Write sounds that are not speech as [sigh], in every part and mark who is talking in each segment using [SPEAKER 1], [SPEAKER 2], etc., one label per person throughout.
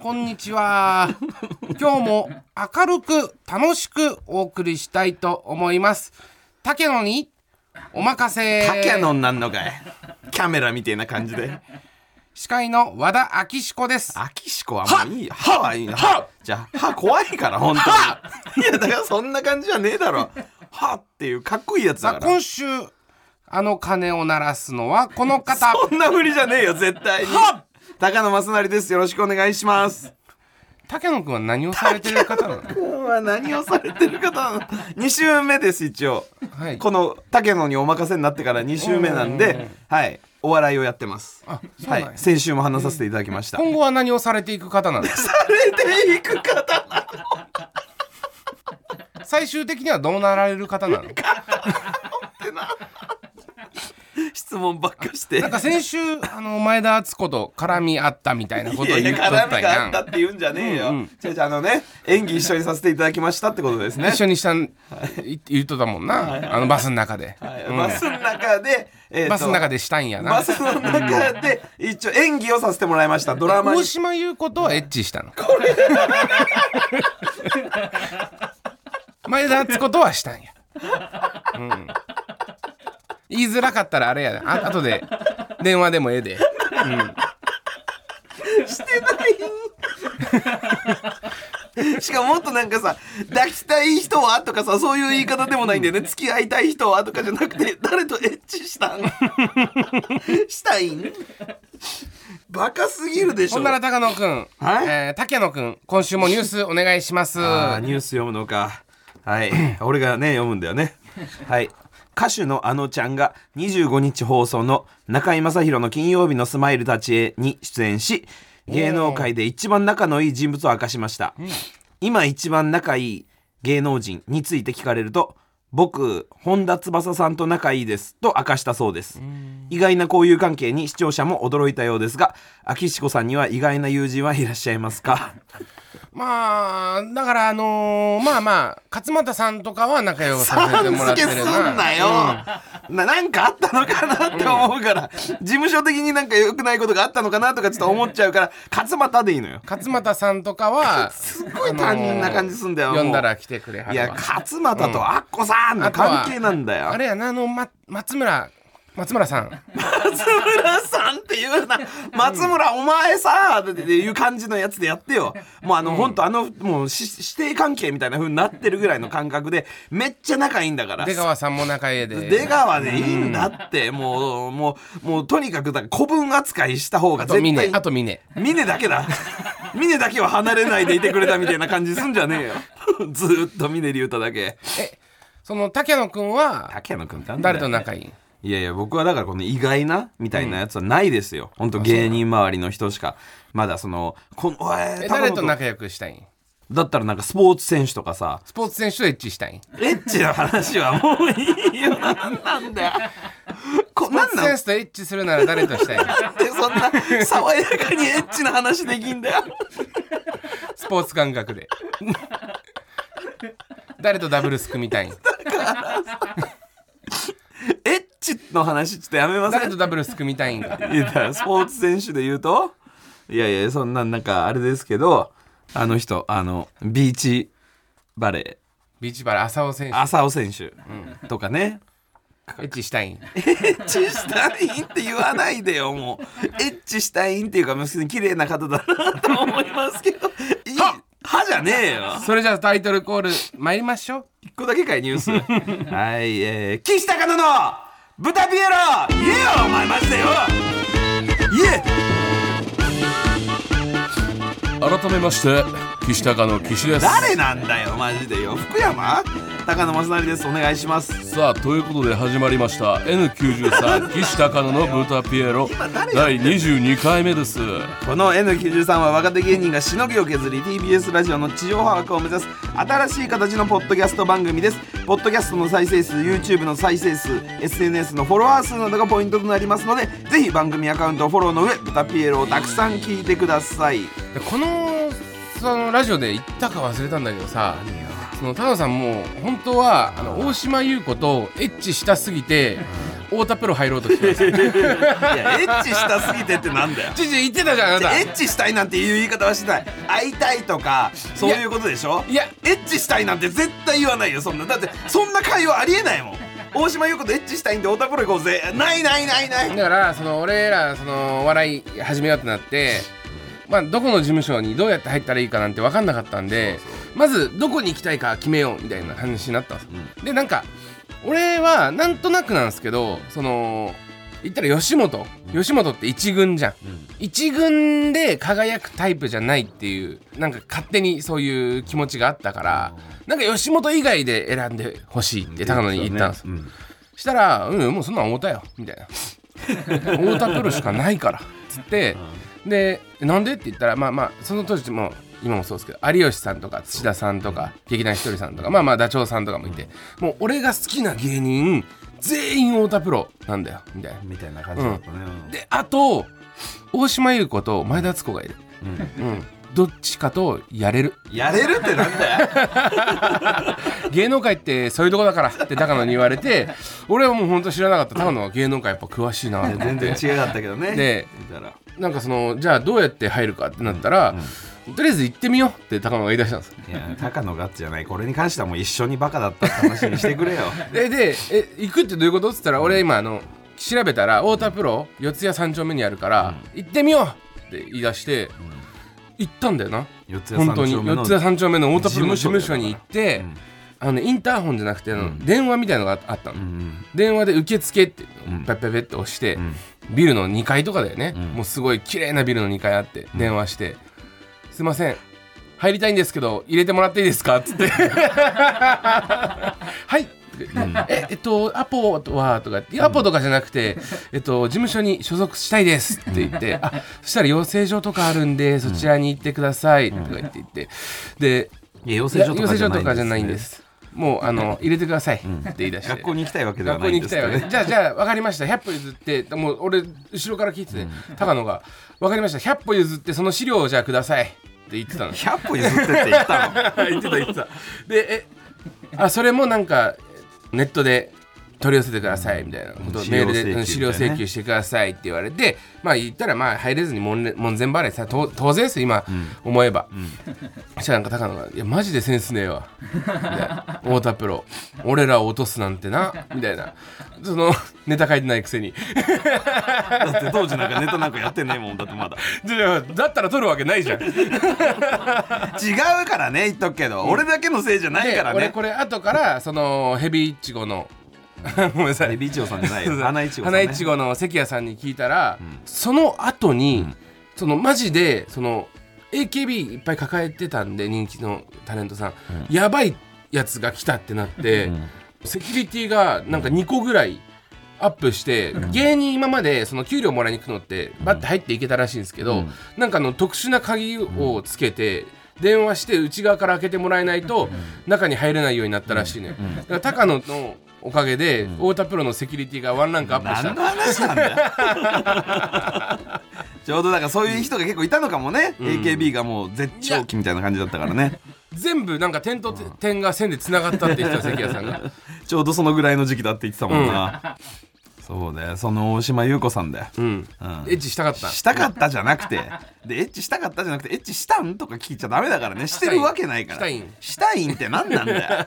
[SPEAKER 1] こんにちは。今日も明るく楽しくお送りしたいと思います。竹野にお任せ。
[SPEAKER 2] タキャノンなんのかいキャメラみたいな感じで
[SPEAKER 1] 司会の和田明子です。
[SPEAKER 2] アキシコはもういい歯はいいなじゃあ歯怖いから本当にいやだからそんな感じじゃねえだろ歯っていうかっこいいやつ
[SPEAKER 1] さ
[SPEAKER 2] だ
[SPEAKER 1] あ
[SPEAKER 2] から
[SPEAKER 1] 今週あの鐘を鳴らすのはこの方。
[SPEAKER 2] そんなふりじゃねえよ絶対に高野正成ですよろしくお願いします
[SPEAKER 1] 竹野くんは何をされてる方なの？
[SPEAKER 2] 今日は何をされてる方なの2週目です一応、
[SPEAKER 1] はい
[SPEAKER 2] この竹野にお任せになってから2週目なんではいお笑いをやってます
[SPEAKER 1] あそうな
[SPEAKER 2] は
[SPEAKER 1] んや
[SPEAKER 2] い先週も話させていただきました、
[SPEAKER 1] 今後は何をされていく方なの？
[SPEAKER 2] されていく方な
[SPEAKER 1] 最終的にはどうなられる方な
[SPEAKER 2] [laughs]
[SPEAKER 1] の？
[SPEAKER 2] 質問ばっかして
[SPEAKER 1] なんか先週あの前田敦子と絡み合ったみたいなことを
[SPEAKER 2] いや
[SPEAKER 1] 言
[SPEAKER 2] いや
[SPEAKER 1] っとった
[SPEAKER 2] 絡みがあ
[SPEAKER 1] や
[SPEAKER 2] ったっ
[SPEAKER 1] ん。
[SPEAKER 2] て言うんじゃねえ
[SPEAKER 1] うんう
[SPEAKER 2] よ
[SPEAKER 1] ん。
[SPEAKER 2] じゃじゃあのね演技一緒にさせていただきましたってことですね
[SPEAKER 1] 一。緒にしたんい言っとったもんな。あのバスの中で。
[SPEAKER 2] はい
[SPEAKER 1] うん
[SPEAKER 2] バスの中でえーと
[SPEAKER 1] バスの中でしたんやな
[SPEAKER 2] バ。スの中で一応演技をさせてもらいましたドラマに
[SPEAKER 1] 大。島優子とはエッチしたの。 [laughs] 前田敦子とはしたんや。うん。言いづらかったらあれやで。あ後で電話でもええで。
[SPEAKER 2] しかももっとなんかさ抱きたい人はとかさそういう言い方でもないんだよね付き合いたい人はとかじゃなくて誰とエッチしたんしたいんバカすぎるでし
[SPEAKER 1] ほ
[SPEAKER 2] ょ
[SPEAKER 1] んなら高野くん、
[SPEAKER 2] はい
[SPEAKER 1] えー竹野くん、今週もニュースお願いします。
[SPEAKER 2] あーニュース読むのかはい [clears throat] 俺がね読むんだよねはい歌手のあのちゃんが25日放送の中居正広の金曜日のスマイル立ちへに出演し芸能界で一番仲のいい人物を明かしました、今一番仲いい芸能人について聞かれると僕本田翼さんと仲いいですと明かしたそうです意外な交友関係に視聴者も驚いたようですが秋子さんには意外な友人はいらっしゃいますか
[SPEAKER 1] まあ、だからあのーまあまあ、勝俣さんとかは仲良くさせてもらってるな。
[SPEAKER 2] さん付けすんなよ、ななんかあったのかなって思うから、事務所的になんか良くないことがあったのかなとかちょっと思っちゃうから勝俣でいいのよ
[SPEAKER 1] 勝俣さんとか
[SPEAKER 2] [laughs]
[SPEAKER 1] は、
[SPEAKER 2] すっごい単純な感じすんだよ、
[SPEAKER 1] 呼んだら来てくれ
[SPEAKER 2] も
[SPEAKER 1] は
[SPEAKER 2] うい
[SPEAKER 1] るわ
[SPEAKER 2] や勝俣とアッコさんの関係なんだよ、
[SPEAKER 1] あれやなあの、ま、松村松村さん
[SPEAKER 2] 松村さんっていうな松村お前さっていう感じのやつでやってよもうあの、ほんとあのもうし師弟関係みたいな風になってるぐらいの感覚でめっちゃ仲いいんだから
[SPEAKER 1] 出川さんも仲ええで
[SPEAKER 2] [laughs] 出川でいいんだって、もうもうもうとにかくだから古文扱いした方が
[SPEAKER 1] あと
[SPEAKER 2] 絶対
[SPEAKER 1] 峰あと峰
[SPEAKER 2] 峰だけだ峰だけは離れないでいてくれたみたいな感じすんじゃねえ
[SPEAKER 1] [laughs]
[SPEAKER 2] よずーっと峰竜太だけ
[SPEAKER 1] その竹野くんは
[SPEAKER 2] 竹野君ってあんだよ
[SPEAKER 1] 誰と仲いい
[SPEAKER 2] いやいや僕はだからこの意外なみたいなやつはないですよ、ほんと芸人周りの人しかまだそのこんおい
[SPEAKER 1] え
[SPEAKER 2] 高野
[SPEAKER 1] 誰
[SPEAKER 2] 君
[SPEAKER 1] と仲良くしたいん
[SPEAKER 2] だったらなんかスポーツ選手とかさ
[SPEAKER 1] スポーツ選手とエッチしたいんス
[SPEAKER 2] エッチの話はもういいよなんなんだよこ
[SPEAKER 1] ポ
[SPEAKER 2] な
[SPEAKER 1] ー
[SPEAKER 2] ん
[SPEAKER 1] ツ
[SPEAKER 2] なん
[SPEAKER 1] 選手とエッチするなら誰とした
[SPEAKER 2] [laughs]
[SPEAKER 1] いん
[SPEAKER 2] ってそんな爽やかにエッチな話できんだよ
[SPEAKER 1] スポーツ感覚で誰とダブルス組
[SPEAKER 2] [laughs]
[SPEAKER 1] みたいん
[SPEAKER 2] [laughs] エッチの話ちょっとやめませ
[SPEAKER 1] 誰
[SPEAKER 2] ん
[SPEAKER 1] とダブルス組みたいんが
[SPEAKER 2] いやだからスポーツ選手で言うといやいやそんなんなんかあれですけどあの人あのビーチバレ
[SPEAKER 1] ビーチバレー浅尾選
[SPEAKER 2] ー浅尾選手とかね、
[SPEAKER 1] 手エッチしたいん
[SPEAKER 2] エッチしたいんって言わないでよもうエッチしたいんっていうか別に綺麗な方だなと思いますけどいい歯じゃねえよ
[SPEAKER 1] それじゃあタイトルコール参りましょう
[SPEAKER 2] 一個だけかいニュースはいえー、岸高野の豚ピエロ言えよお前マジでよ言え
[SPEAKER 1] 改めまして岸高の岸で
[SPEAKER 2] 誰なんだよマジでよ福山高野正成ですお願いします
[SPEAKER 1] さあということで始まりました
[SPEAKER 2] [laughs]
[SPEAKER 1] N93 岸高野の豚ピエロ第22回目です
[SPEAKER 2] この N93 は若手芸人がしのぎを削り TBS ラジオの地上波枠を目指す新しい形のポッドキャスト番組ですポッドキャストの再生数 YouTube の再生数 SNS のフォロワー数などがポイントとなりますのでぜひ番組アカウントをフォローの上豚ピエロをたくさん聞いてくだ
[SPEAKER 1] [laughs]
[SPEAKER 2] さい
[SPEAKER 1] このそのラジオで言ったか忘れたんだけどさその太郎さんもう本当はあの大島優子とエッチしたすぎて太田プロ入ろうとしてます [laughs]
[SPEAKER 2] いやエッチしたすぎてってなんだよ
[SPEAKER 1] ちち言ってたじゃんあなた
[SPEAKER 2] エッチしたいなんていう言い方はしない会いたいとかそういうことでしょ
[SPEAKER 1] いや
[SPEAKER 2] エッチしたいなんて絶対言わないよそんなだってそんな会話ありえないもん大島優子とエッチしたいんで太田プロ行こうぜないないないない
[SPEAKER 1] だからその俺らそのお笑い始めようってなってまあどこの事務所にどうやって入ったらいいかなんて分かんなかったんでまずどこに行きたいか決めようみたいな話になったんです、でなんか俺はなんとなくなんですけどその言ったら吉本吉本って一軍じゃん、一軍で輝くタイプじゃないっていうなんか勝手にそういう気持ちがあったからなんか吉本以外で選んでほしいって高野に言ったんです、
[SPEAKER 2] うん
[SPEAKER 1] したら「うんもうそんなん太田よ」みたいな「太田プロしかない [laughs] から」つって、で「なんで?」って言ったらまあまあその当時も今もそうですけど有吉さんとか土田さんとか劇団ひとりさんとかまあまあダチョウさんとかもいて、もう俺が好きな芸人全員太田プロなんだよみたいな。
[SPEAKER 2] みたいな感じだったね、うん
[SPEAKER 1] であと大島優子と前田敦子がいる、うん、どっちかとやれる
[SPEAKER 2] やれるってなんだよ
[SPEAKER 1] 芸能界ってそういうとこだからって高野に言われて俺はもう本当知らなかった高野は芸能界やっぱ詳しいなと思って
[SPEAKER 2] [laughs] 全然違かったけどね
[SPEAKER 1] で
[SPEAKER 2] 見たら
[SPEAKER 1] なんかそのじゃあどうやって入るかってなったら、とりあえず行ってみようって高野が言い出したんです
[SPEAKER 2] いや高野ガッツじゃないこれに関してはもう一緒にバカだったって話にしてくれよ
[SPEAKER 1] ででえ行くってどういうことって言ったら俺今あの調べたら太田プロ四谷三丁目にあるから、行ってみようって言い出して、行ったんだよな
[SPEAKER 2] 四つ
[SPEAKER 1] 本当に四谷三丁目の太田プロの事務所に行って、
[SPEAKER 2] うん
[SPEAKER 1] あのねインターホンじゃなくてあの、
[SPEAKER 2] うん
[SPEAKER 1] 電話みたいのがあったの、
[SPEAKER 2] うん
[SPEAKER 1] 電話で受付って
[SPEAKER 2] うん
[SPEAKER 1] ペッペッペッって押して、
[SPEAKER 2] うん
[SPEAKER 1] ビルの2階とかだよね、
[SPEAKER 2] うん
[SPEAKER 1] もうすごい綺麗なビルの2階あって電話して「すいません入りたいんですけど入れてもらっていいですか?」っつって「 [laughs] はい」ええっと、アポはとかっていやアポとかじゃなくて、えっと、事務所に所属したいですって言ってあそしたら養成所とかあるんでそちらに行ってくださいとか言って言ってで
[SPEAKER 2] いや養
[SPEAKER 1] い
[SPEAKER 2] 成
[SPEAKER 1] や
[SPEAKER 2] 所
[SPEAKER 1] 養成所と
[SPEAKER 2] と
[SPEAKER 1] か
[SPEAKER 2] か
[SPEAKER 1] じゃ
[SPEAKER 2] じゃ
[SPEAKER 1] な
[SPEAKER 2] ないい
[SPEAKER 1] ん
[SPEAKER 2] ん
[SPEAKER 1] で
[SPEAKER 2] です、ね、
[SPEAKER 1] すもうあの入れてくださいって言い出して、
[SPEAKER 2] 学校に行きたいわけでは
[SPEAKER 1] 学
[SPEAKER 2] な
[SPEAKER 1] 校
[SPEAKER 2] い
[SPEAKER 1] に
[SPEAKER 2] ん
[SPEAKER 1] 行
[SPEAKER 2] で
[SPEAKER 1] きた
[SPEAKER 2] す
[SPEAKER 1] い
[SPEAKER 2] けど
[SPEAKER 1] わけ
[SPEAKER 2] ね
[SPEAKER 1] じゃあじゃあ分かりました100歩譲ってもう俺後ろから聞いてて、高野が「分かりました100歩譲ってその資料をじゃあください」って言ってたの
[SPEAKER 2] 100歩譲ってって言った
[SPEAKER 1] [laughs]
[SPEAKER 2] の
[SPEAKER 1] 言ってた言ってたでえあそれもなんかネットで取り寄せてくださいみたいなことを
[SPEAKER 2] うん
[SPEAKER 1] メールで
[SPEAKER 2] 資料請求みたいなね
[SPEAKER 1] 資料請求してくださいって言われてまあ言ったらまあ入れずに門れ門前払いさと当然ですよ今思えば、そしたらなんか高野が「いやマジでセンスねえわ」みたいな「太田プロ俺らを落とすなんてな」みたいなそのネタ書いてないくせに
[SPEAKER 2] だって当時なんかネタなんかやってねえもんだってまだ
[SPEAKER 1] 「じゃあだったら取るわけないじゃん」
[SPEAKER 2] 違うからね言っとくけど、俺だけのせいじゃないから
[SPEAKER 1] で俺
[SPEAKER 2] ね
[SPEAKER 1] これ後からそのヘビイチゴの [laughs] ごめんなさい
[SPEAKER 2] エビイチゴさんじゃないよ花いちごさん、
[SPEAKER 1] 花
[SPEAKER 2] ね、
[SPEAKER 1] いちごの関谷さんに聞いたら、その後に、そのマジでその AKB いっぱい抱えてたんで人気のタレントさん、やばいやつが来たってなって、セキュリティがなんか2個ぐらいアップして、芸人今までその給料もらいに行くのってバッて入っていけたらしいんですけど、なんかあの特殊な鍵をつけて。電話して内側から開けてもらえないと中に入れないようになったらしいのよ、だから高野のおかげで太田プロのセキュリティがワンランクアップした
[SPEAKER 2] 何の話なんだよ [laughs] ちょうどだからそういう人が結構いたのかもね、AKB がもう絶頂期みたいな感じだったからね
[SPEAKER 1] 全部なんか点と点が線でつながったって言ってた関谷さんが
[SPEAKER 2] ちょうどそのぐらいの時期だって言ってたもんな、そうだよその大島優子さんだよ、
[SPEAKER 1] うん
[SPEAKER 2] うん
[SPEAKER 1] エッチしたかった
[SPEAKER 2] したかったじゃなくてでエッチしたかったじゃなくてエッチしたんとか聞いちゃダメだからねしてるわけないから
[SPEAKER 1] したいん
[SPEAKER 2] したいんって何なんだよ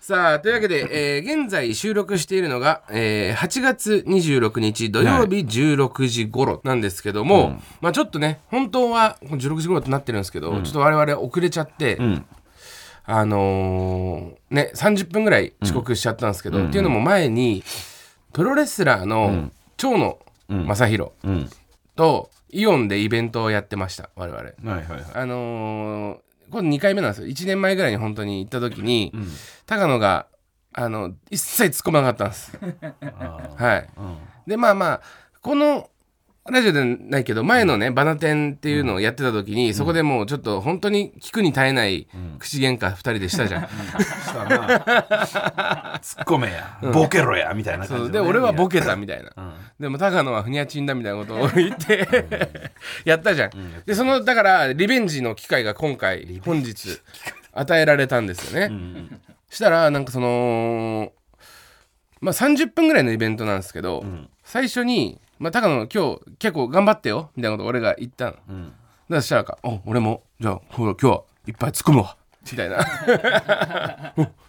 [SPEAKER 1] さあというわけで、えー現在収録しているのが、えー8月26日土曜日16時頃なんですけども、まあちょっとね本当はこの16時頃ってなってるんですけど、ちょっと我々遅れちゃって、
[SPEAKER 2] ん
[SPEAKER 1] あのーね30分ぐらい遅刻しちゃったんですけど、っていうのも前にプロレスラーの長野正弘
[SPEAKER 2] うん
[SPEAKER 1] とイオンでイベントをやってました我々。
[SPEAKER 2] [laughs] はいはいはい
[SPEAKER 1] あのー、これ2回目なんですよ1年前ぐらいに本当に行った時に、高野があの一切突っ込まなかったんです。はい、でまあまあこのラジオでないけど前のね、バナテンっていうのをやってた時に、そこでもうちょっと本当に聞くに耐えない口喧嘩2人でしたじゃん、
[SPEAKER 2] したな突っ込めや、ボケろやみたいな感
[SPEAKER 1] そ
[SPEAKER 2] じ
[SPEAKER 1] う
[SPEAKER 2] ね
[SPEAKER 1] で俺はボケたみたいな、でも高野はふにゃちんだみたいなことを言ってやったじゃん、でそのだからリベンジの機会が今回本 [laughs] 日与えられたんですよね、したらなんかそのまあ、30分ぐらいのイベントなんですけど、
[SPEAKER 2] ん
[SPEAKER 1] 最初に「まあ、高野今日結構頑張ってよ」みたいなこと俺が言ったの、
[SPEAKER 2] ん
[SPEAKER 1] だからしたらか「お俺もじゃあほら今日はいっぱい突っ込むわ」みたいな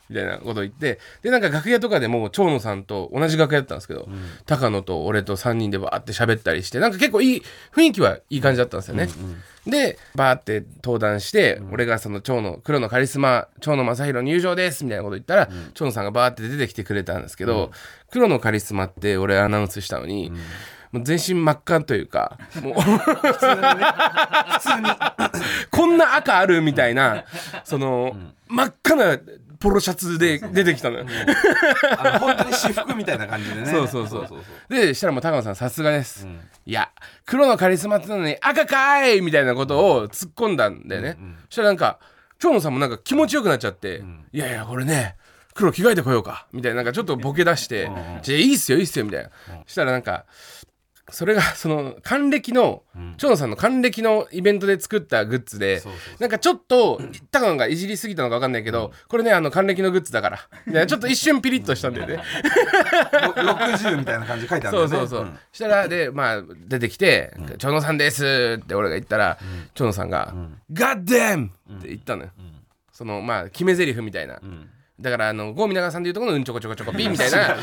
[SPEAKER 1] みたいなこと言ってでなんか楽屋とかでも長野さんと同じ楽屋だったんですけど、高野と俺と3人でバーって喋ったりしてなんか結構いい雰囲気はいい感じだったんですよね。でバーって登壇して、俺がその長野黒のカリスマ長野正弘入場ですみたいなこと言ったら、長野さんがバーって出てきてくれたんですけど、黒のカリスマって俺アナウンスしたのに。もう全身真っ赤というかもうこんな赤あるみたいなその、真っ赤なポロシャツで出てきたのよ。
[SPEAKER 2] あの本当に私服みたいな感じでね
[SPEAKER 1] そうそうそう
[SPEAKER 2] そう
[SPEAKER 1] でしたらもう高野さんさすがです、いや黒のカリスマってなのに赤かいみたいなことを突っ込んだんだよね、そしたらなんか長野さんもなんか気持ちよくなっちゃって、いやいやこれね黒着替えてこようかみたいななんかちょっとボケ出して「じゃあいいっすよいいっすよ」みたいな、そしたらなんかそれがその還暦の長野さんの還暦のイベントで作ったグッズで
[SPEAKER 2] そうそう
[SPEAKER 1] なんかちょっと高野がいじりすぎたのか分かんないけどこれねあの還暦のグッズだからみたいなちょっと一瞬ピリッとしたんだよね
[SPEAKER 2] ろ60みたいな感じで書いてあるん
[SPEAKER 1] そ
[SPEAKER 2] だよ
[SPEAKER 1] うそ
[SPEAKER 2] ね
[SPEAKER 1] うそう、
[SPEAKER 2] ん
[SPEAKER 1] したらでまあ出てきて「長野さんです」って俺が言ったら、長野さんが「ガッデン!」って言ったのよ、そのまあ決め台詞みたいな、だからあの郷皆川さんでいうところの「うんちょこちょこちょこ
[SPEAKER 2] [laughs]
[SPEAKER 1] ピー」みたいな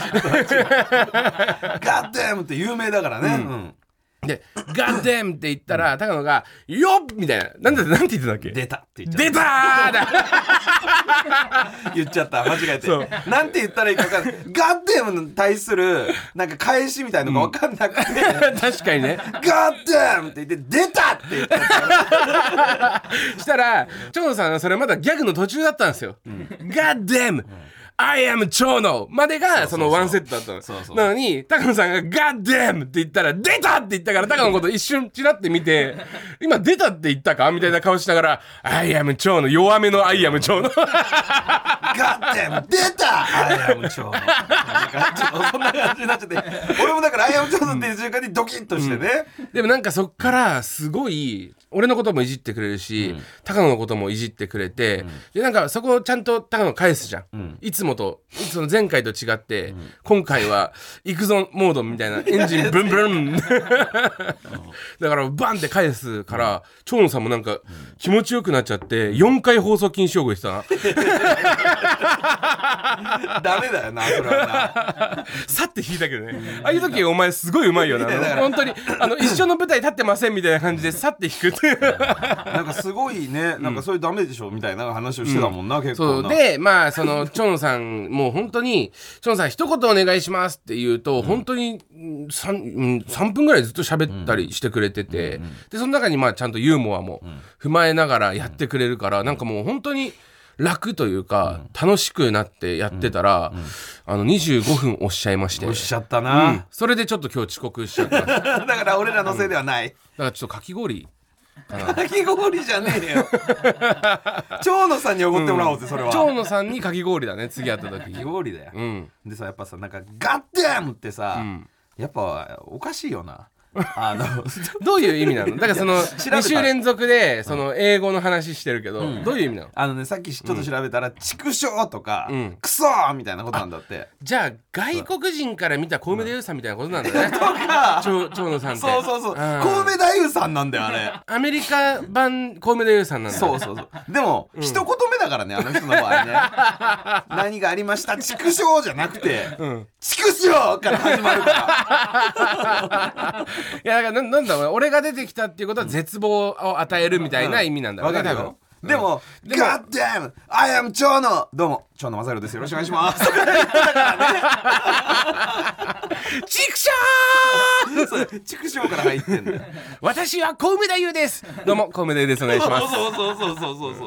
[SPEAKER 2] ガッデムって有名だからね、うん
[SPEAKER 1] で「ガッデン!」って言ったら高野が「よっ!」みたいななんだなんて言ってたっけ
[SPEAKER 2] 出たって言っちゃ
[SPEAKER 1] 出たーだ
[SPEAKER 2] った言っちゃった間違えて
[SPEAKER 1] そう
[SPEAKER 2] なんて言ったらいいか分かんないガッデムに対するなんか返しみたいのが分かんなくて、
[SPEAKER 1] [laughs] 確かにね
[SPEAKER 2] ガッデムって言って出たって言った
[SPEAKER 1] したら長野さんはそれまだギャグの途中だったんですよ。ガッデム I am 長野までがそのワンセットだったの
[SPEAKER 2] そうそう
[SPEAKER 1] なのに高野さんが「ガッデムって言ったら「出た!」って言ったから高野のこと一瞬チラって見て「今出たって言ったか?」みたいな顔しながら「I am 長野弱めの I am 長野」
[SPEAKER 2] ガッテン出たアイアム長のそんな感じになっちゃって俺もだからアイアム長のっていう瞬間にドキッとしてね、
[SPEAKER 1] でもなんかそっからすごい俺のこともいじってくれるし、高野のこともいじってくれて、でなんかそこをちゃんと高野返すじゃん、いつもとその前回と違って、今回は行くぞモードみたい [laughs] なエンジンブンブンだからバンって返すから長野さんもなんか気持ちよくなっちゃって4回放送禁止用語してたな
[SPEAKER 2] ダメだよなそれはな
[SPEAKER 1] さって引いたけどねああいう時お前すごいうまいよな本当にあの一緒の舞台立ってませんみたいな感じでさって引くっていう
[SPEAKER 2] なんかすごいねなんかそういうダメでしょみたいな話をしてたもんな、結
[SPEAKER 1] そ
[SPEAKER 2] 構
[SPEAKER 1] う
[SPEAKER 2] な
[SPEAKER 1] でまあその [laughs] チョンさんもう本当に「チョンさん一言お願いします」って言うと、本当に 3, うん3分ぐらいずっと喋ったりしてくれてて、でその中にまあちゃんとユーモアも踏まえながらやってくれるから、なんかもう本当に。楽というか、楽しくなってやってたら、あの25分おっしゃいまして
[SPEAKER 2] おっしゃったな、
[SPEAKER 1] それでちょっと今日遅刻しちゃったんですだか
[SPEAKER 2] だから俺らのせいではない、
[SPEAKER 1] らちょっとかき氷
[SPEAKER 2] かき氷じゃね
[SPEAKER 1] [laughs]
[SPEAKER 2] えよ蝶野さんにおごってもらおうぜそれは、
[SPEAKER 1] 長野さんにかき氷だね次会った [laughs] 時
[SPEAKER 2] かき氷だよ、
[SPEAKER 1] うん
[SPEAKER 2] でさやっぱさなんかガッテンってさ、やっぱおかしいよなあの [laughs]
[SPEAKER 1] どういう意味なのだからその
[SPEAKER 2] べた
[SPEAKER 1] 2週連続でその英語の話してるけど、どういう意味なの
[SPEAKER 2] あのねさっきちょっと調べたら「畜生」とか
[SPEAKER 1] ん
[SPEAKER 2] 「クソー」みたいなことなんだって。
[SPEAKER 1] じゃあ外国人から見たコウメデユウさんみたいなことなんだね。長長野さんって。
[SPEAKER 2] そうそうそう
[SPEAKER 1] あー
[SPEAKER 2] 神戸太夫さんなんだよあ [laughs] れ。
[SPEAKER 1] アメリカ版コウメデユウさんなんだ。
[SPEAKER 2] そうそうそうでも、一言目だからねあの人の場合 [laughs] ね何がありました畜生じゃなくて、畜生から始まるから
[SPEAKER 1] いやだからなんなんだろうな俺が出てきたっていうことは絶望を与えるみたいな意味なんだろう
[SPEAKER 2] わ
[SPEAKER 1] ね。
[SPEAKER 2] かる
[SPEAKER 1] 多分
[SPEAKER 2] よでも「
[SPEAKER 1] でも
[SPEAKER 2] God damn I am 蝶野」どうも蝶野正弘ですよろしくお願いします [laughs]
[SPEAKER 1] チクショー
[SPEAKER 2] そう畜生から入ってんだよ
[SPEAKER 1] 私はコウメ太夫です。どうもコウメ太夫ですお願いします。だか
[SPEAKER 2] そうそうそうそうそうそ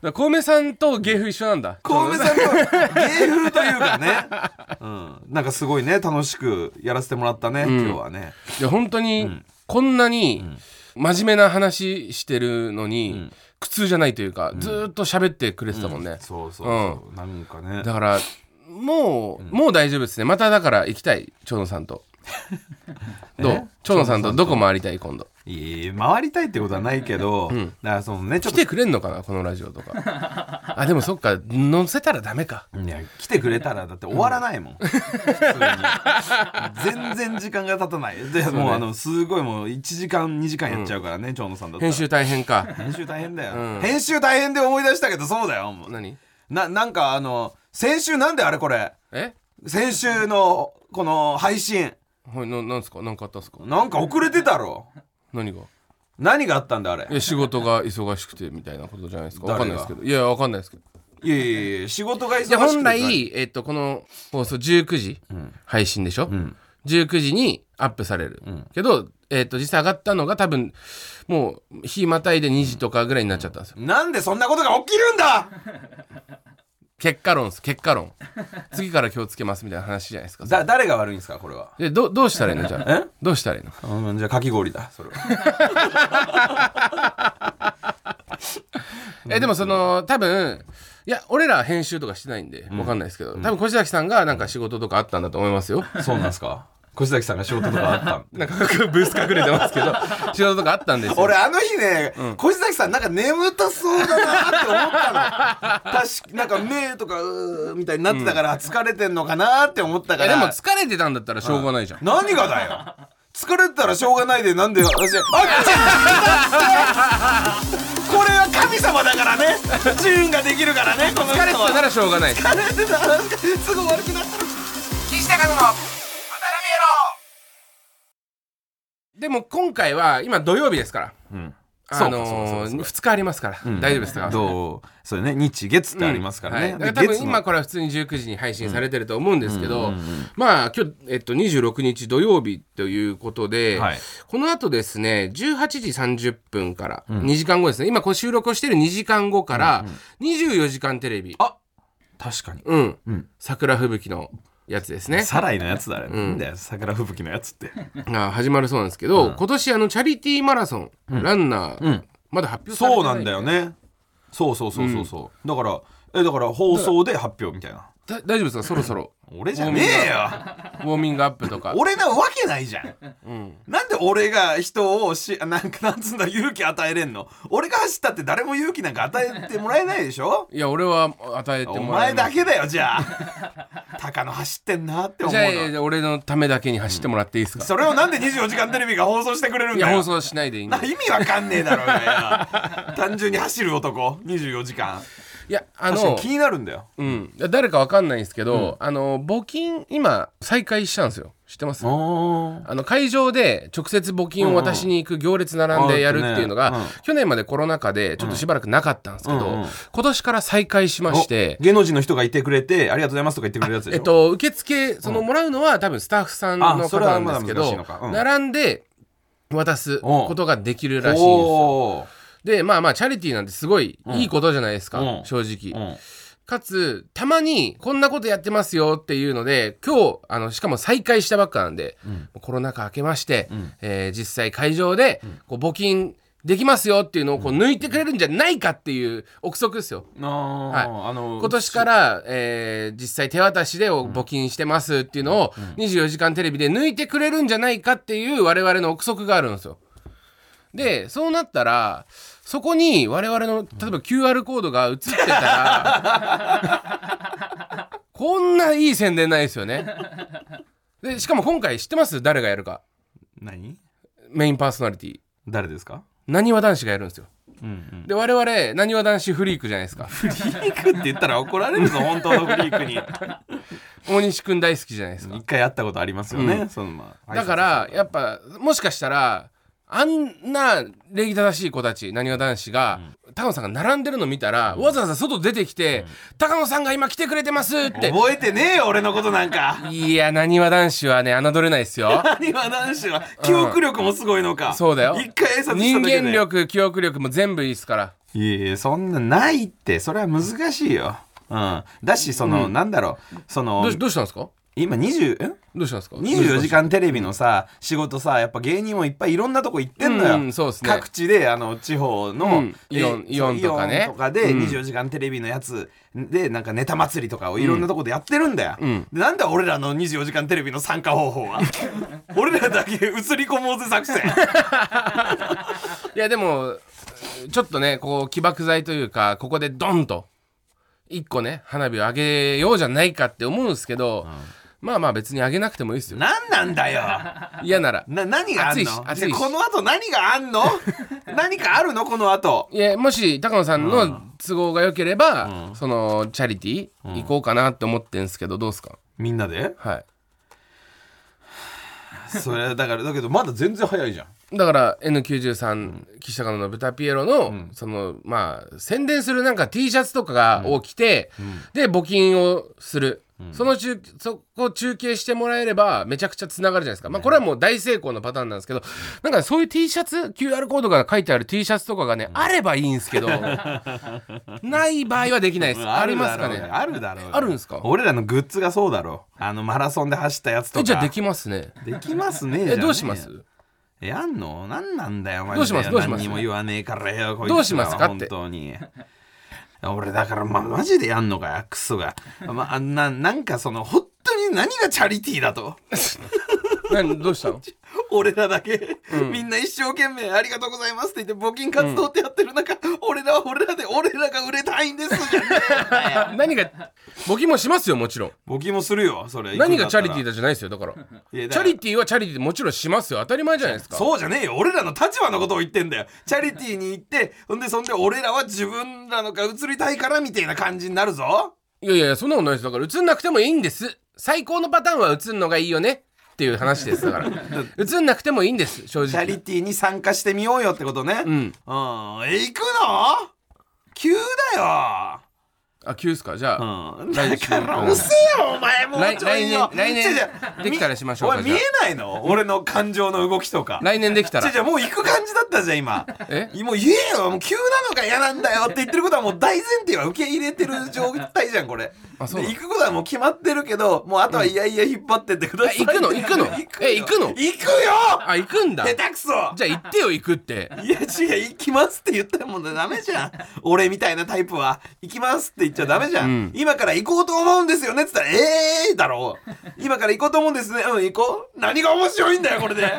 [SPEAKER 2] う
[SPEAKER 1] らコウメさんと芸風一緒なんだ。
[SPEAKER 2] 神戸さんの芸風というかね、 [laughs] うん、なんかすごいね楽しくやらせてもらったね、今日はね
[SPEAKER 1] いや本当にこんなに真面目な話してるのに苦痛じゃないというかずーっと喋ってくれてたもんね
[SPEAKER 2] そうそうそう、なんかね
[SPEAKER 1] だからもうもう大丈夫ですねまただから行きたい長野さん [laughs] とどう長野さんとどこ回りたい今度
[SPEAKER 2] いい回りたいってことはないけど、だからそのねちょ
[SPEAKER 1] 来
[SPEAKER 2] っ
[SPEAKER 1] [laughs]
[SPEAKER 2] と
[SPEAKER 1] てくれんのかなこのラジオとかあでもそっか乗せたらダメか
[SPEAKER 2] いや来てくれたらだって終わらないもん、普通に全然時間が経たないでもうあのすごいもう1時間2時間やっちゃうからね、長野さんだったら
[SPEAKER 1] 編集大変 [laughs] か
[SPEAKER 2] 編集大変だよ、
[SPEAKER 1] うん
[SPEAKER 2] 編集大変で思い出したけどそうだよもう
[SPEAKER 1] 何
[SPEAKER 2] ななんかあの先週なんであれこれ
[SPEAKER 1] え
[SPEAKER 2] 先週のこの配信
[SPEAKER 1] はいななんすか何かあったんすか
[SPEAKER 2] なんか遅れてたろ
[SPEAKER 1] 何が
[SPEAKER 2] 何があったんだあれ
[SPEAKER 1] いや仕事が忙しくてみたいなことじゃないですかわ
[SPEAKER 2] 誰
[SPEAKER 1] かん
[SPEAKER 2] が
[SPEAKER 1] ないですけどいやわかんないですけど
[SPEAKER 2] いやいやいや仕事が忙しく
[SPEAKER 1] じ
[SPEAKER 2] て
[SPEAKER 1] ゃ本来、えっと、この放送19時配信でしょ、
[SPEAKER 2] ん
[SPEAKER 1] 19時にアップされる、けど、えっと、実際上がったのが多分もう日またいで2時とかぐらいになっちゃったんですよ
[SPEAKER 2] なんでそんなことが起きるんだ
[SPEAKER 1] 結果論です結果論次から気をつけますみたいな話じゃないですか
[SPEAKER 2] だ誰が悪いんですかこれは
[SPEAKER 1] でどどうしたらいいのじ
[SPEAKER 2] [laughs]
[SPEAKER 1] ゃあ
[SPEAKER 2] え
[SPEAKER 1] どうしたらいいの
[SPEAKER 2] うんじゃあかき氷だそれは
[SPEAKER 1] えでもその多分いや俺ら編集とかしてないんで分かんないですけど、多分越崎さんがなんか仕事とかあったんだと思いますよ
[SPEAKER 2] そうなんですか越崎さんが仕事とかあったん
[SPEAKER 1] なんか [laughs] ブース隠れてますけど仕事とかあったんですよ
[SPEAKER 2] 俺あの日ね、越崎さんなんか眠たそうだなって
[SPEAKER 1] [laughs]
[SPEAKER 2] 思ったの確かなんか目とかうーみたいになってたから疲れてんのかなって思った
[SPEAKER 1] い
[SPEAKER 2] か
[SPEAKER 1] やで
[SPEAKER 2] ら
[SPEAKER 1] も疲れてたんだったらしょうがないじゃん
[SPEAKER 2] 何がだよ疲れてたらしょうがないでなんで私あこれは神様だからねチューンができるからねこの人
[SPEAKER 1] 疲れてたな
[SPEAKER 2] は
[SPEAKER 1] らしょうがない
[SPEAKER 2] 疲れてたらすぐ悪くなった岸田和の渡
[SPEAKER 1] [laughs] でも今回は今土曜日ですから、
[SPEAKER 2] ん
[SPEAKER 1] あ
[SPEAKER 2] そうかそう
[SPEAKER 1] の
[SPEAKER 2] かそう
[SPEAKER 1] ー、
[SPEAKER 2] か
[SPEAKER 1] 2日ありますから、大丈夫ですか
[SPEAKER 2] どうそれね日月ってありますからね、
[SPEAKER 1] うん
[SPEAKER 2] で
[SPEAKER 1] はい、多分
[SPEAKER 2] 月の
[SPEAKER 1] 今これは普通に19時に配信されてると思うんですけど、まあ今日、えっと、26日土曜日ということで、
[SPEAKER 2] はい
[SPEAKER 1] この後ですね18時30分から2時間後ですね、今こう収録をしている2時間後から24時間テレビ、
[SPEAKER 2] あ確かに
[SPEAKER 1] うん
[SPEAKER 2] ん
[SPEAKER 1] 桜吹雪のやつですね
[SPEAKER 2] サライのやつだね、なんだよ桜吹雪のやつって
[SPEAKER 1] が始まるそうなんですけど、今年あのチャリティーマラソン、ランナー、
[SPEAKER 2] ん
[SPEAKER 1] まだ発表されて
[SPEAKER 2] そ
[SPEAKER 1] な
[SPEAKER 2] う
[SPEAKER 1] い
[SPEAKER 2] なんだよねそうそうそうそうそう、だからえだから放送で発表みたいな
[SPEAKER 1] だ大丈夫ですかそろそ
[SPEAKER 2] [laughs]
[SPEAKER 1] ろ
[SPEAKER 2] 俺じゃねえよ
[SPEAKER 1] ウォーミングアップとか
[SPEAKER 2] 俺なわけないじゃん、なんで俺が人をし [laughs] なんかなんつうんだ勇気与えれんの俺が走ったって誰も勇気なんか与えてもらえないでし
[SPEAKER 1] [laughs]
[SPEAKER 2] ょ
[SPEAKER 1] いや俺は与えて
[SPEAKER 2] お
[SPEAKER 1] もらえ
[SPEAKER 2] 前
[SPEAKER 1] な
[SPEAKER 2] だ
[SPEAKER 1] い
[SPEAKER 2] けだよじゃあ
[SPEAKER 1] [laughs]
[SPEAKER 2] 高野走ってんなって思う
[SPEAKER 1] じ
[SPEAKER 2] の
[SPEAKER 1] ゃあいやいや俺のためだけに走ってもらっていいですか、
[SPEAKER 2] それをなんで『24時間テレビ』が放送してくれるん
[SPEAKER 1] い
[SPEAKER 2] だ
[SPEAKER 1] や
[SPEAKER 2] よ
[SPEAKER 1] 放送しないでいいんで
[SPEAKER 2] な意味わかんねえだ
[SPEAKER 1] [laughs]
[SPEAKER 2] ろうがよ単純に走る男24時間
[SPEAKER 1] いやあ
[SPEAKER 2] 確かに
[SPEAKER 1] の
[SPEAKER 2] 気になるんだよ
[SPEAKER 1] うん誰かわかんないんですけど、あの募金今再開したんですよ知ってます
[SPEAKER 2] あ
[SPEAKER 1] あの会場で直接募金を渡しに行く行列並んでやるっていうのが、
[SPEAKER 2] うんうんあーね
[SPEAKER 1] 去年までコロナ禍でちょっとしばらくなかったんですけど、
[SPEAKER 2] うんうん
[SPEAKER 1] 今年から再開しまして、
[SPEAKER 2] 芸能人の人がいてくれてありがとうございますとか言ってくれるやつでしょ
[SPEAKER 1] えっと、受付そのもらうのは多分スタッフさんの
[SPEAKER 2] あ
[SPEAKER 1] 方
[SPEAKER 2] それは
[SPEAKER 1] なんですけ
[SPEAKER 2] まだ難し
[SPEAKER 1] ど
[SPEAKER 2] いのかうん
[SPEAKER 1] 並んで渡すことができるらしいんですよ
[SPEAKER 2] お
[SPEAKER 1] でまあまあチャリティーなんてすごいいいことじゃないですか、
[SPEAKER 2] うん
[SPEAKER 1] 正
[SPEAKER 2] ー
[SPEAKER 1] 直、
[SPEAKER 2] うん
[SPEAKER 1] かつたまにこんなことやってますよっていうので今日あのしかも再開したばっかなんで、コロナ禍明けまして、えー実際会場でこう募金できますよっていうのをこう抜いてくれるんじゃないかっていう憶測ですよ
[SPEAKER 2] あー、あの
[SPEAKER 1] 今年から、えー実際手渡しでお募金してますっていうのを『24時間テレビ』で抜いてくれるんじゃないかっていう我々の憶測があるんですよ。でそうなったらそこに我々の例えば QR コードが映ってたら
[SPEAKER 2] [laughs]
[SPEAKER 1] こんないい宣伝ないですよね。でしかも今回知ってます誰がやるか
[SPEAKER 2] 何
[SPEAKER 1] メインパーソナリティ
[SPEAKER 2] 誰ですか
[SPEAKER 1] なにわ男子がやるんですよ。
[SPEAKER 2] うんうん
[SPEAKER 1] で我々なにわ男子フリークじゃないですか。
[SPEAKER 2] フリークって言ったら怒られるぞ本当のフリー
[SPEAKER 1] [laughs]
[SPEAKER 2] クに
[SPEAKER 1] 大西くん大好きじゃないですか。
[SPEAKER 2] 一回会ったことありますよね、そのまあ
[SPEAKER 1] だからやっぱもしかしたらあんな礼儀正しい子たちなにわ男子が、高野さんが並んでるの見たら、わざわざ外出てきて、高野さんが今来てくれてますって
[SPEAKER 2] 覚えてねえよ俺のことなんか [laughs]
[SPEAKER 1] いやなにわ男子はね侮れないですよ
[SPEAKER 2] なにわ男子は記憶力もすごいのか、
[SPEAKER 1] そうだよ
[SPEAKER 2] 一回挨拶しただけで
[SPEAKER 1] 人間力記憶力も全部いいですから
[SPEAKER 2] いやいやそんなないってそれは難しいよ、うん、だしその、なんだろう
[SPEAKER 1] ど
[SPEAKER 2] その
[SPEAKER 1] うしどうしたんですか
[SPEAKER 2] 今20ん
[SPEAKER 1] どうしたんですか
[SPEAKER 2] 24時間テレビのさ仕事さやっぱ芸人もいっぱいいろんなとこ行ってんのよ、
[SPEAKER 1] うんそうっすね
[SPEAKER 2] 各地であの地方の、
[SPEAKER 1] うんイオン
[SPEAKER 2] え
[SPEAKER 1] イオンとかね
[SPEAKER 2] イオンとかで
[SPEAKER 1] うん
[SPEAKER 2] 24時間テレビのやつでなんかネタ祭りとかをいろんなとこでやってるんだよ、
[SPEAKER 1] ん
[SPEAKER 2] でなんだ俺らの24時間テレビの参加方法
[SPEAKER 1] [laughs]
[SPEAKER 2] は俺らだけ映り込もうぜ作戦
[SPEAKER 1] いやでもちょっとねこう起爆剤というかここでドンと一個ね花火をあげようじゃないかって思うんですけど、まあまあ別にあげなくてもいいですよ
[SPEAKER 2] 何なんだよ
[SPEAKER 1] 嫌なら
[SPEAKER 2] な何があん
[SPEAKER 1] 暑いし
[SPEAKER 2] の
[SPEAKER 1] 暑いし
[SPEAKER 2] でこの後何があんの何かあるのこの後
[SPEAKER 1] いやもし高野さんの都合が良ければ、そのチャリティー行こうかなって思ってんですけどどうですか
[SPEAKER 2] みんなで
[SPEAKER 1] は
[SPEAKER 2] それだからだけどまだ全然早いじゃん
[SPEAKER 1] いだから N93 岸高野の「豚ピエロの」そのまあ宣伝するなんか T シャツとかがを着て、で募金をする、その中そこを中継してもらえればめちゃくちゃつながるじゃないですか、まあ、これはもう大成功のパターンなんですけどなんかそういう T シャツ QR コードが書いてある T シャツとかがね、あればいいんです
[SPEAKER 2] [laughs]
[SPEAKER 1] けどない場合はできないです、ありますかね
[SPEAKER 2] あるだろうよ
[SPEAKER 1] あるんですか
[SPEAKER 2] 俺らのグッズがそうだろうあのマラソンで走ったやつと
[SPEAKER 1] え
[SPEAKER 2] か
[SPEAKER 1] じゃあできますね
[SPEAKER 2] できますねじゃ
[SPEAKER 1] え
[SPEAKER 2] ね
[SPEAKER 1] どうします
[SPEAKER 2] えやんの何なんだよマジで
[SPEAKER 1] どうしますどうします
[SPEAKER 2] 何にも言わねえからよこいつは
[SPEAKER 1] どうしますかって
[SPEAKER 2] 本当に俺だから、ま、マジでやんのかよクソが、ま、あんななんかその本当に何がチャリティーだと [laughs]
[SPEAKER 1] 何どうしたの
[SPEAKER 2] 俺らだけ、みんな一生懸命ありがとうございますって言って募金活動ってやってる中、俺らは俺らで俺らが売れたいんですじゃね
[SPEAKER 1] [laughs]
[SPEAKER 2] えんだよ
[SPEAKER 1] 何が募金もしますよもちろん
[SPEAKER 2] 募金もするよそれ
[SPEAKER 1] 何がチャリティー
[SPEAKER 2] だ
[SPEAKER 1] だじゃないですよだ
[SPEAKER 2] [laughs]
[SPEAKER 1] から
[SPEAKER 2] い
[SPEAKER 1] チ
[SPEAKER 2] やだか
[SPEAKER 1] ャ
[SPEAKER 2] ら
[SPEAKER 1] リティーはチャリティーでもちろんしますよ当たり前じゃないですか
[SPEAKER 2] そうじゃねえよ俺らの立場のことを言ってんだよチャリティーに行ってほんでそんで俺らは自分なのか移りたいからみたいな感じになるぞ
[SPEAKER 1] いやいやそんなことないですだから映んなくてもいいんです最高のパターンは映んのがいいよねっていう話ですだから
[SPEAKER 2] [laughs]
[SPEAKER 1] 映んなくてもいいんです正
[SPEAKER 2] チャリ
[SPEAKER 1] 直
[SPEAKER 2] ティーに参加してみようよってことね
[SPEAKER 1] う
[SPEAKER 2] うん
[SPEAKER 1] ん
[SPEAKER 2] え行くの急だ
[SPEAKER 1] あ急ですかじゃあ、
[SPEAKER 2] よ、うん、だ
[SPEAKER 1] 来週
[SPEAKER 2] から遅えよお前もう
[SPEAKER 1] 来
[SPEAKER 2] ちょい
[SPEAKER 1] 来
[SPEAKER 2] よ
[SPEAKER 1] 年来
[SPEAKER 2] 違う違
[SPEAKER 1] 年
[SPEAKER 2] う
[SPEAKER 1] できたらしましょう
[SPEAKER 2] お
[SPEAKER 1] か
[SPEAKER 2] 前見
[SPEAKER 1] じゃ
[SPEAKER 2] えないの俺の感情の動きとか
[SPEAKER 1] あ来年できた
[SPEAKER 2] じゃ
[SPEAKER 1] ら
[SPEAKER 2] じゃもう行く感じだったじゃん今
[SPEAKER 1] え
[SPEAKER 2] もう言えよもう急なのが嫌なんだよって言ってることはもう大前提は受け入れてる状態じゃんこれ
[SPEAKER 1] [laughs] あそうな
[SPEAKER 2] で
[SPEAKER 1] の
[SPEAKER 2] 行くことはもう決まってるけどもうあとはいやいや引っ張ってってください、
[SPEAKER 1] え行くの行
[SPEAKER 2] [laughs]
[SPEAKER 1] くのえ行くの
[SPEAKER 2] 行くよ
[SPEAKER 1] あ行くん [laughs] だ
[SPEAKER 2] 下手くそ
[SPEAKER 1] じゃあ行ってよ行くって
[SPEAKER 2] いや違う行きますって言ったらもうダメじゃん俺みたいなタイプは行きますって言っちゃダメじゃん、
[SPEAKER 1] うん
[SPEAKER 2] 今から行こうと思うんですよねっつったらええー、だろう今から行こうと思うんですねうん行こう何が面白いんだよこ
[SPEAKER 1] [laughs]
[SPEAKER 2] れで [laughs]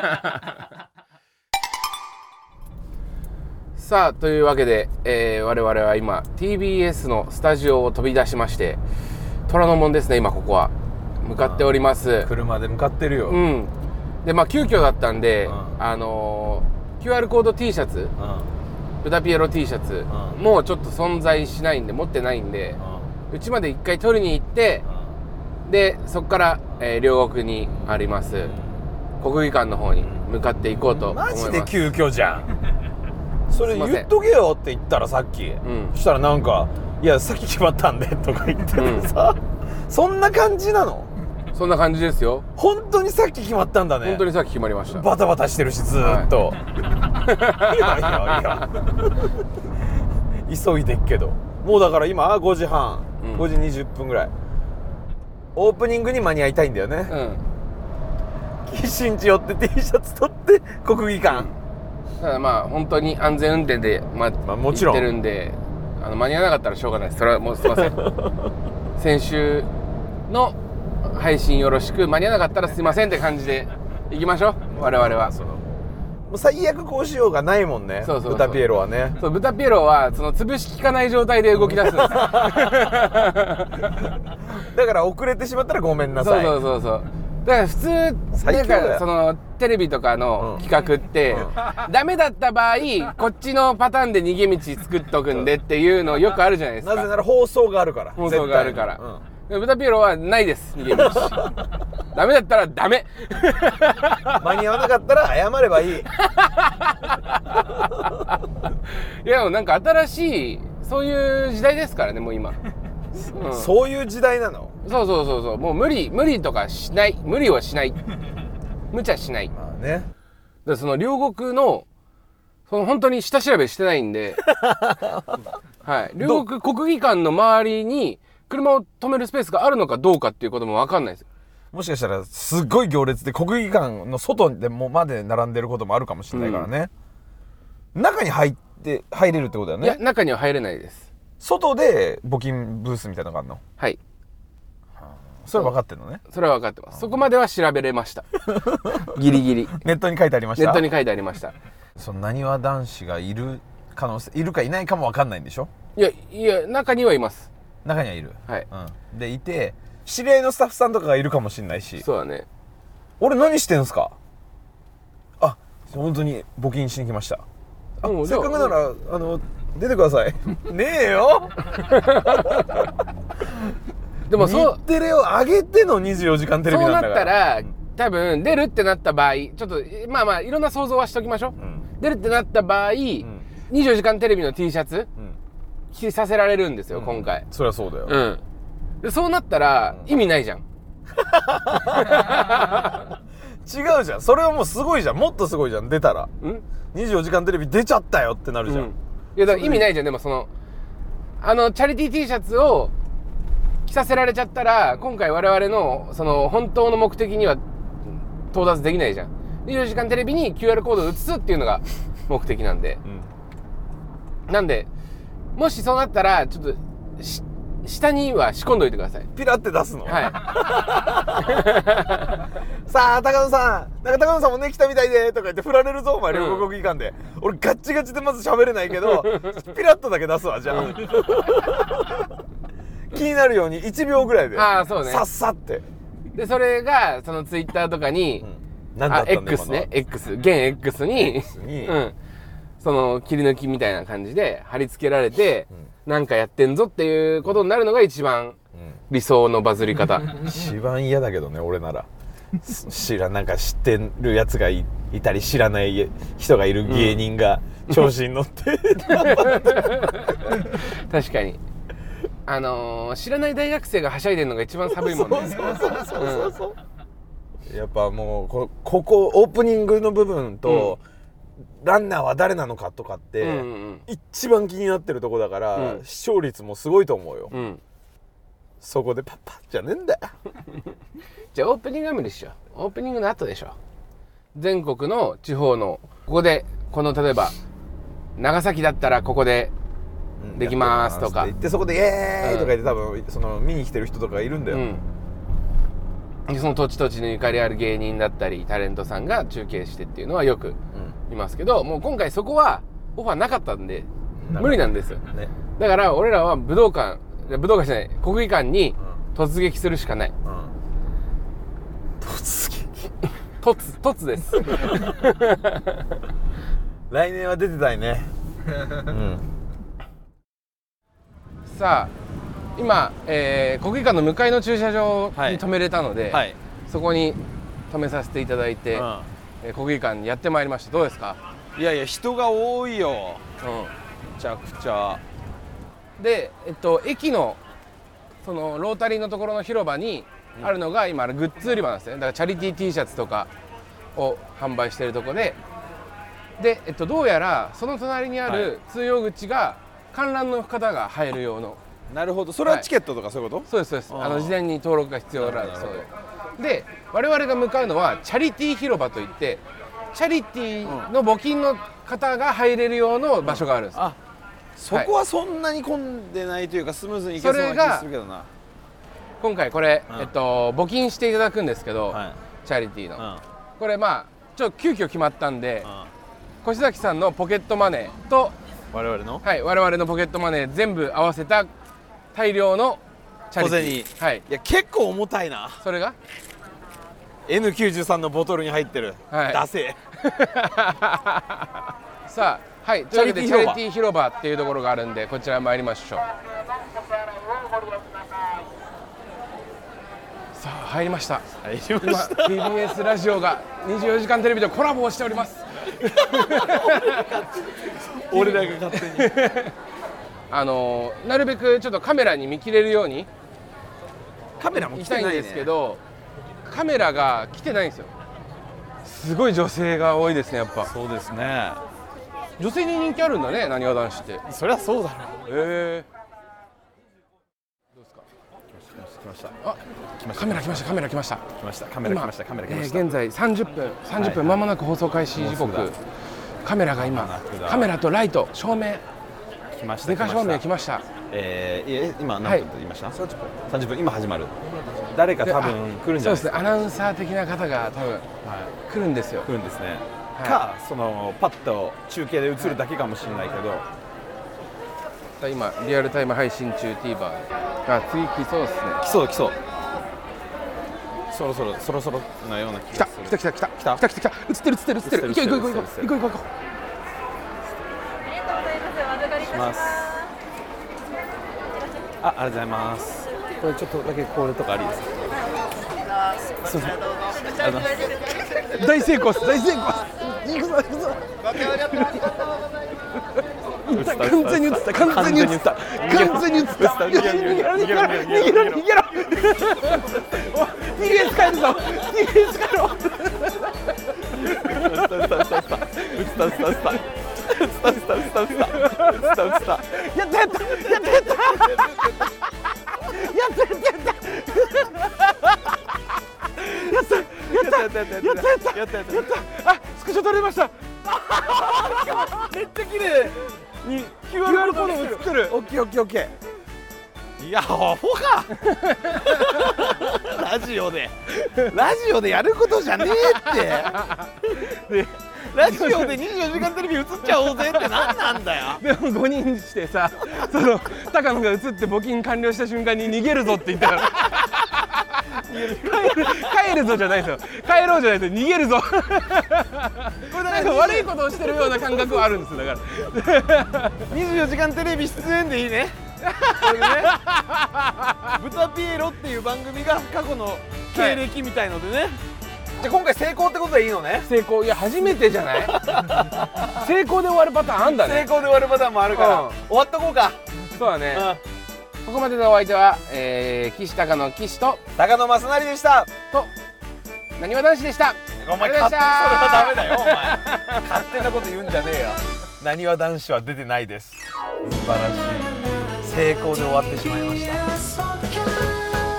[SPEAKER 1] さあというわけで、えー我々は今 TBS のスタジオを飛び出しまして虎ノ門ですね今ここは向かっております
[SPEAKER 2] 車で向かってるよ、
[SPEAKER 1] うんでまあ急遽だったんで、
[SPEAKER 2] うん
[SPEAKER 1] あのー QR コード T シャツ豚ピエロ T シャツ、
[SPEAKER 2] うん
[SPEAKER 1] もうちょっと存在しないんで持ってないんでうちまで一回取りに行ってでそこから、えー両国にあります国技館の方に向かっていこうと思います
[SPEAKER 2] マジで急遽じゃんそれ
[SPEAKER 1] すいません
[SPEAKER 2] 言っとけよって言ったらさっき、
[SPEAKER 1] ん
[SPEAKER 2] そしたらなんか「いやさっき決まったんで」とか言って
[SPEAKER 1] うん
[SPEAKER 2] てさ、そんな感じなの
[SPEAKER 1] そんな感じですよ
[SPEAKER 2] 本当にさっき決まったんだね
[SPEAKER 1] 本当にさっき決まりました
[SPEAKER 2] バタバタしてるしずーっと、い、やいやいや急いでっけどもうだから今5時半、
[SPEAKER 1] うん
[SPEAKER 2] 5時20分ぐらいオープニングに間に合いたいんだよ [laughs] ね
[SPEAKER 1] うん
[SPEAKER 2] 新地寄って T シャツ取って国技館、
[SPEAKER 1] ただまあ本当に安全運転で、まあ、
[SPEAKER 2] まあもちろん
[SPEAKER 1] 行ってるんであの間に合わなかったらしょうがないですそれはもうすいません
[SPEAKER 2] [laughs]
[SPEAKER 1] 先週の配信よろしく間に合わなかったらすいませんって感じで行きましょう我々は
[SPEAKER 2] そのもう最悪こうしようがないもんね
[SPEAKER 1] そうそうそう
[SPEAKER 2] 豚ピエロはね
[SPEAKER 1] そう豚ピエロはその潰しきかない状態で動き出すん
[SPEAKER 2] [laughs]
[SPEAKER 1] です
[SPEAKER 2] だから遅れてしまったらごめんな
[SPEAKER 1] そ
[SPEAKER 2] さ
[SPEAKER 1] う
[SPEAKER 2] い
[SPEAKER 1] そうそうそうだから普通
[SPEAKER 2] 最
[SPEAKER 1] な
[SPEAKER 2] 強
[SPEAKER 1] ん
[SPEAKER 2] だよ
[SPEAKER 1] かそのテレビとかの
[SPEAKER 2] うん
[SPEAKER 1] 企画って、ダメだった場合こっちのパターンで逃げ道作っとくんでっていうのよくあるじゃないですか
[SPEAKER 2] なぜなら放送があるから
[SPEAKER 1] 放送があるから、で豚ピエロはないです逃げ道ダメだったらダメ [laughs]
[SPEAKER 2] 絶対にうん間に合わなかったら謝ればいい
[SPEAKER 1] いやでもなんか新しいそういう時代ですからねもう今、うんそう
[SPEAKER 2] そういう時代なの
[SPEAKER 1] そうそうそうもう無理無理とかしない無理をしない無茶しないだか
[SPEAKER 2] まあね
[SPEAKER 1] らその両国のその本当に下調べしてないんではい両国国技館の周りに車を止めるスペースがあるのかどうかっていうことも分かんないです
[SPEAKER 2] もしかしたらすっごい行列で国技館の外でもまで並んでることもあるかもしれないからね、中に入って入れるってことだよ
[SPEAKER 1] いや
[SPEAKER 2] ね
[SPEAKER 1] 中には入れないです
[SPEAKER 2] 外で募金ブースみたいなのがあるの
[SPEAKER 1] はい
[SPEAKER 2] それは分かってるのね
[SPEAKER 1] それは分かってますそこまでは調べれました
[SPEAKER 2] [laughs]
[SPEAKER 1] ギリギリ
[SPEAKER 2] ネットに書いてありまし
[SPEAKER 1] ネ
[SPEAKER 2] た
[SPEAKER 1] ットに書いてありました
[SPEAKER 2] そのなにわ男子がいる可能性いるかいないかも分かんないんでしょ
[SPEAKER 1] いやいや中にはいます
[SPEAKER 2] 中にはいる、
[SPEAKER 1] はい
[SPEAKER 2] うん、でいて知り合いのスタッフさんとかがいるかもしれないし
[SPEAKER 1] そうだね
[SPEAKER 2] 俺何してんすかあ本当に募金しに来ましたあ
[SPEAKER 1] うん
[SPEAKER 2] せっかくならあの出てくださ
[SPEAKER 1] [laughs]
[SPEAKER 2] いねえよ
[SPEAKER 1] でもそ
[SPEAKER 2] 日
[SPEAKER 1] う
[SPEAKER 2] テレを上げての24時間テレビ
[SPEAKER 1] そう
[SPEAKER 2] な
[SPEAKER 1] なん
[SPEAKER 2] だ
[SPEAKER 1] っ
[SPEAKER 2] から
[SPEAKER 1] たら多分出るってなった場合ちょっとまあまあいろんな想像はしておきましょう、
[SPEAKER 2] ん
[SPEAKER 1] 出るってなった場合、24時間テレビの T シャツ
[SPEAKER 2] うん
[SPEAKER 1] 着させられるんですよ、今回
[SPEAKER 2] そりゃそうだよ、
[SPEAKER 1] うんでそうなったら意味ないじゃん
[SPEAKER 2] 違うじゃんそれはもうすごいじゃんもっとすごいじゃん出たら
[SPEAKER 1] うん
[SPEAKER 2] 24時間テレビ出ちゃったよってなるじゃん、
[SPEAKER 1] うんいやだから意味ないじゃんでもそのあのチャリティー T シャツを着させられちゃったら今回我々のその本当の目的には到達できないじゃん24時間テレビに QR コードを移すっていうの [laughs] が目的なんで、なんでもしそうなったらちょっとし下には仕込んどいてください
[SPEAKER 2] ピラって出すの、
[SPEAKER 1] [laughs] は
[SPEAKER 2] さあ高野さんなんか高野さんもね来たみたいでとか言って振られるぞお前両国技館で、俺ガッチガチでまず喋れないけ
[SPEAKER 1] [laughs]
[SPEAKER 2] どピラッとだけ出すわじゃあ、 [laughs] 気になるように1秒ぐらいで
[SPEAKER 1] あーそうね
[SPEAKER 2] さっさって
[SPEAKER 1] いでそれがそのツイッターとかに、
[SPEAKER 2] 何だ
[SPEAKER 1] あ
[SPEAKER 2] ったんだ
[SPEAKER 1] X ね X 現 X に [laughs]
[SPEAKER 2] に
[SPEAKER 1] うん、その切り抜きみたいな感じで貼り付けられて、なんかやってんぞっていうことになるのが一番理想のバズり
[SPEAKER 2] [laughs]
[SPEAKER 1] 方、
[SPEAKER 2] 一番嫌だけどね俺ならす知らなんか知ってるやつがいいたり知らない人がいる芸人が調子に乗って、
[SPEAKER 1] [laughs] 確かにあのー知らない大学生がはしゃいでるのが一番寒いもんね
[SPEAKER 2] そうそうそうそうそうやっぱもうこここオープニングの部分と、ランナーは誰なのかとかって、
[SPEAKER 1] うんうん
[SPEAKER 2] 一番気になってるとこだから、
[SPEAKER 1] うん
[SPEAKER 2] 視聴率もすごいと思うよ、
[SPEAKER 1] うん、うん、
[SPEAKER 2] そこでパッパッじゃねえんだよ
[SPEAKER 1] じゃあオープニングは無理っしょオープニングの後でしょ全国の地方のここでこの例えば長崎だったらここでできますとか
[SPEAKER 2] やってまって言ってそこで「イエーイ!」とか言って多分その見に来てる人とかいるんだよ、
[SPEAKER 1] うん、その土地土地にゆかりある芸人だったりタレントさんが中継してっていうのはよくいますけどもう今回そこはオファーなかったんで
[SPEAKER 2] うん
[SPEAKER 1] 無理なんですよ
[SPEAKER 2] ね
[SPEAKER 1] だから俺らは武道館いや武道館じゃない国技館に突撃するしかない
[SPEAKER 2] うん突撃
[SPEAKER 1] 突突です
[SPEAKER 2] [laughs] 来年は出てたいねうん
[SPEAKER 1] さあ今、えー国技館の向かいの駐車場
[SPEAKER 2] は
[SPEAKER 1] に
[SPEAKER 2] い
[SPEAKER 1] 止めれたので、
[SPEAKER 2] はい、
[SPEAKER 1] そこに止めさせていただいて、えー国技館にやってまいりましたどうですか、
[SPEAKER 2] いやいや人が多いよ
[SPEAKER 1] うん
[SPEAKER 2] めちゃくちゃ
[SPEAKER 1] で、えっと、駅のそのロータリーのところの広場にあるのが今あのグッズ売り場なんですねだからチャリティー T シャツとかを販売してるとこでで、えっと、どうやらその隣にあ
[SPEAKER 2] は
[SPEAKER 1] る通用口が観覧の方が入る用の
[SPEAKER 2] なるほどそれはチケットとかそういうこと、
[SPEAKER 1] そうですそうです
[SPEAKER 2] あー
[SPEAKER 1] あの事前に登録が必要なんだ
[SPEAKER 2] なる
[SPEAKER 1] そ
[SPEAKER 2] ほ
[SPEAKER 1] う
[SPEAKER 2] ど
[SPEAKER 1] でで我々が向かうのはチャリティー広場といってチャリティーの募金の方が入れる用の場所があるんです
[SPEAKER 2] あそこはそんなに混んでないというかスムーズにいけそうな気がするけどな
[SPEAKER 1] 今回これ、
[SPEAKER 2] うん
[SPEAKER 1] えっと、募金していただくんですけど、
[SPEAKER 2] はい
[SPEAKER 1] チャリティーの、
[SPEAKER 2] うん
[SPEAKER 1] これまあちょっと急遽決まったんで
[SPEAKER 2] うん
[SPEAKER 1] 越崎さんのポケットマネーと、
[SPEAKER 2] 我々の
[SPEAKER 1] はい、我々のポケットマネー全部合わせた大量のチャリティー、はい、
[SPEAKER 2] いや結構重たいな
[SPEAKER 1] それが [laughs]
[SPEAKER 2] N93 のボトルに入ってる、
[SPEAKER 1] はい
[SPEAKER 2] ダセ
[SPEAKER 1] さあはいというわけでチ
[SPEAKER 2] チ
[SPEAKER 1] ャ
[SPEAKER 2] ャ
[SPEAKER 1] リ
[SPEAKER 2] リ
[SPEAKER 1] テ
[SPEAKER 2] テ
[SPEAKER 1] ィー広場っていうところがあるんでこちら参りましょうさあ入りました
[SPEAKER 2] え入り
[SPEAKER 1] 今 TBS ラジオが24時間テレビとコラボをしております
[SPEAKER 2] 俺らが勝手に
[SPEAKER 1] あのなるべくちょっとカメラに見切れるように
[SPEAKER 2] カメラも
[SPEAKER 1] 行き
[SPEAKER 2] 来
[SPEAKER 1] た
[SPEAKER 2] て
[SPEAKER 1] いん
[SPEAKER 2] ない、ね、
[SPEAKER 1] ですけど、カメラが来てないんですよすごい女性が多いですねやっぱ
[SPEAKER 2] そうですね
[SPEAKER 1] 女性に人気あるんだねなにわ男子ってへ
[SPEAKER 2] そりゃそうだ
[SPEAKER 1] え
[SPEAKER 2] ろ来ました
[SPEAKER 1] あカメラ来ましたカメラ来ました
[SPEAKER 2] 来ましたカメラ来ましたカメラ来ました、
[SPEAKER 1] えー現在30分30分まもなく放送開始時刻、
[SPEAKER 2] もうす
[SPEAKER 1] カメラが
[SPEAKER 2] もう
[SPEAKER 1] 今
[SPEAKER 2] すぐだ
[SPEAKER 1] カメラとライト照明
[SPEAKER 2] 来ました
[SPEAKER 1] デカ照明来ました
[SPEAKER 2] えー、いえ今
[SPEAKER 1] は
[SPEAKER 2] 何
[SPEAKER 1] い
[SPEAKER 2] 分と言いました、30分30分今始まる誰か
[SPEAKER 1] で
[SPEAKER 2] 多分
[SPEAKER 1] あ
[SPEAKER 2] 来るんじ
[SPEAKER 1] そ
[SPEAKER 2] ゃないです
[SPEAKER 1] うですね
[SPEAKER 2] か
[SPEAKER 1] アナウンサー的な方が多分
[SPEAKER 2] はい
[SPEAKER 1] 来るんですよ
[SPEAKER 2] 来るんですね、
[SPEAKER 1] い
[SPEAKER 2] かそのパッと中継で映るだけかもしれないけど、
[SPEAKER 1] 今リアルタイム配信中 TVer
[SPEAKER 3] あ次来そうですね
[SPEAKER 2] 来そう来そうそろそろそろそろのような気
[SPEAKER 1] 来た
[SPEAKER 2] がする
[SPEAKER 1] 来た来た来た
[SPEAKER 2] 来た
[SPEAKER 1] 来た来た映ってる映ってる映ってる
[SPEAKER 2] 映
[SPEAKER 1] 行こう行こう行
[SPEAKER 2] ってる
[SPEAKER 1] こう行こう行こう行こう
[SPEAKER 4] ありがとうございます。お預かりいたします。
[SPEAKER 2] あありがとうございますこれちょっとだけこれとかありです
[SPEAKER 1] 大成功っす大成功っす行くぞ行くぞ完全に映った完全に映った完全に映った逃げろ逃げろ逃げろ逃げろお逃げ使えるぞ逃げ使えろやったやったやったやったやったやったやったやったやったやったやったやったやったあスクショ撮れました
[SPEAKER 2] めっちゃ綺麗に QR コード映ってる
[SPEAKER 1] オッケーオッケーオッケー
[SPEAKER 2] いやアホか [laughs] ラジオでラジオでやることじゃねえってラジオで24時間テレビ映っちゃおうぜって何なんだよ
[SPEAKER 1] でも5人してさその高野が映って募金完了した瞬間に逃げるぞって言ったから帰る帰るぞじゃないですよ帰ろうじゃないですよ逃げるぞこれなんか悪いことをしてるような感覚はあるんですよだか
[SPEAKER 2] 24時間テレビ出演でいいねこれ [laughs] ね「ブタピエロ」っていう番組が過去の経歴みたいのでね、じゃあ今回成功ってことでいいのね
[SPEAKER 1] ら成功いや初めてじゃない成功で終わるパターンあんだ
[SPEAKER 2] 成
[SPEAKER 1] ね
[SPEAKER 2] 功で終わるパターンもあるから、
[SPEAKER 1] うん
[SPEAKER 2] 終わっとこうか、
[SPEAKER 1] そうだね
[SPEAKER 2] う
[SPEAKER 1] ここまでのお相手は、えー、岸高野岸と
[SPEAKER 2] ん、高野正成でした
[SPEAKER 1] となにわ男子でした
[SPEAKER 2] お前
[SPEAKER 1] ありがとうございまし
[SPEAKER 2] 勝手にそれ
[SPEAKER 1] た
[SPEAKER 2] はダメだよお前 [laughs] 勝手なこと言うんじゃねえよなにわ男子は出てないです素晴らしい成功で終わってしまいました
[SPEAKER 5] Yes, I can.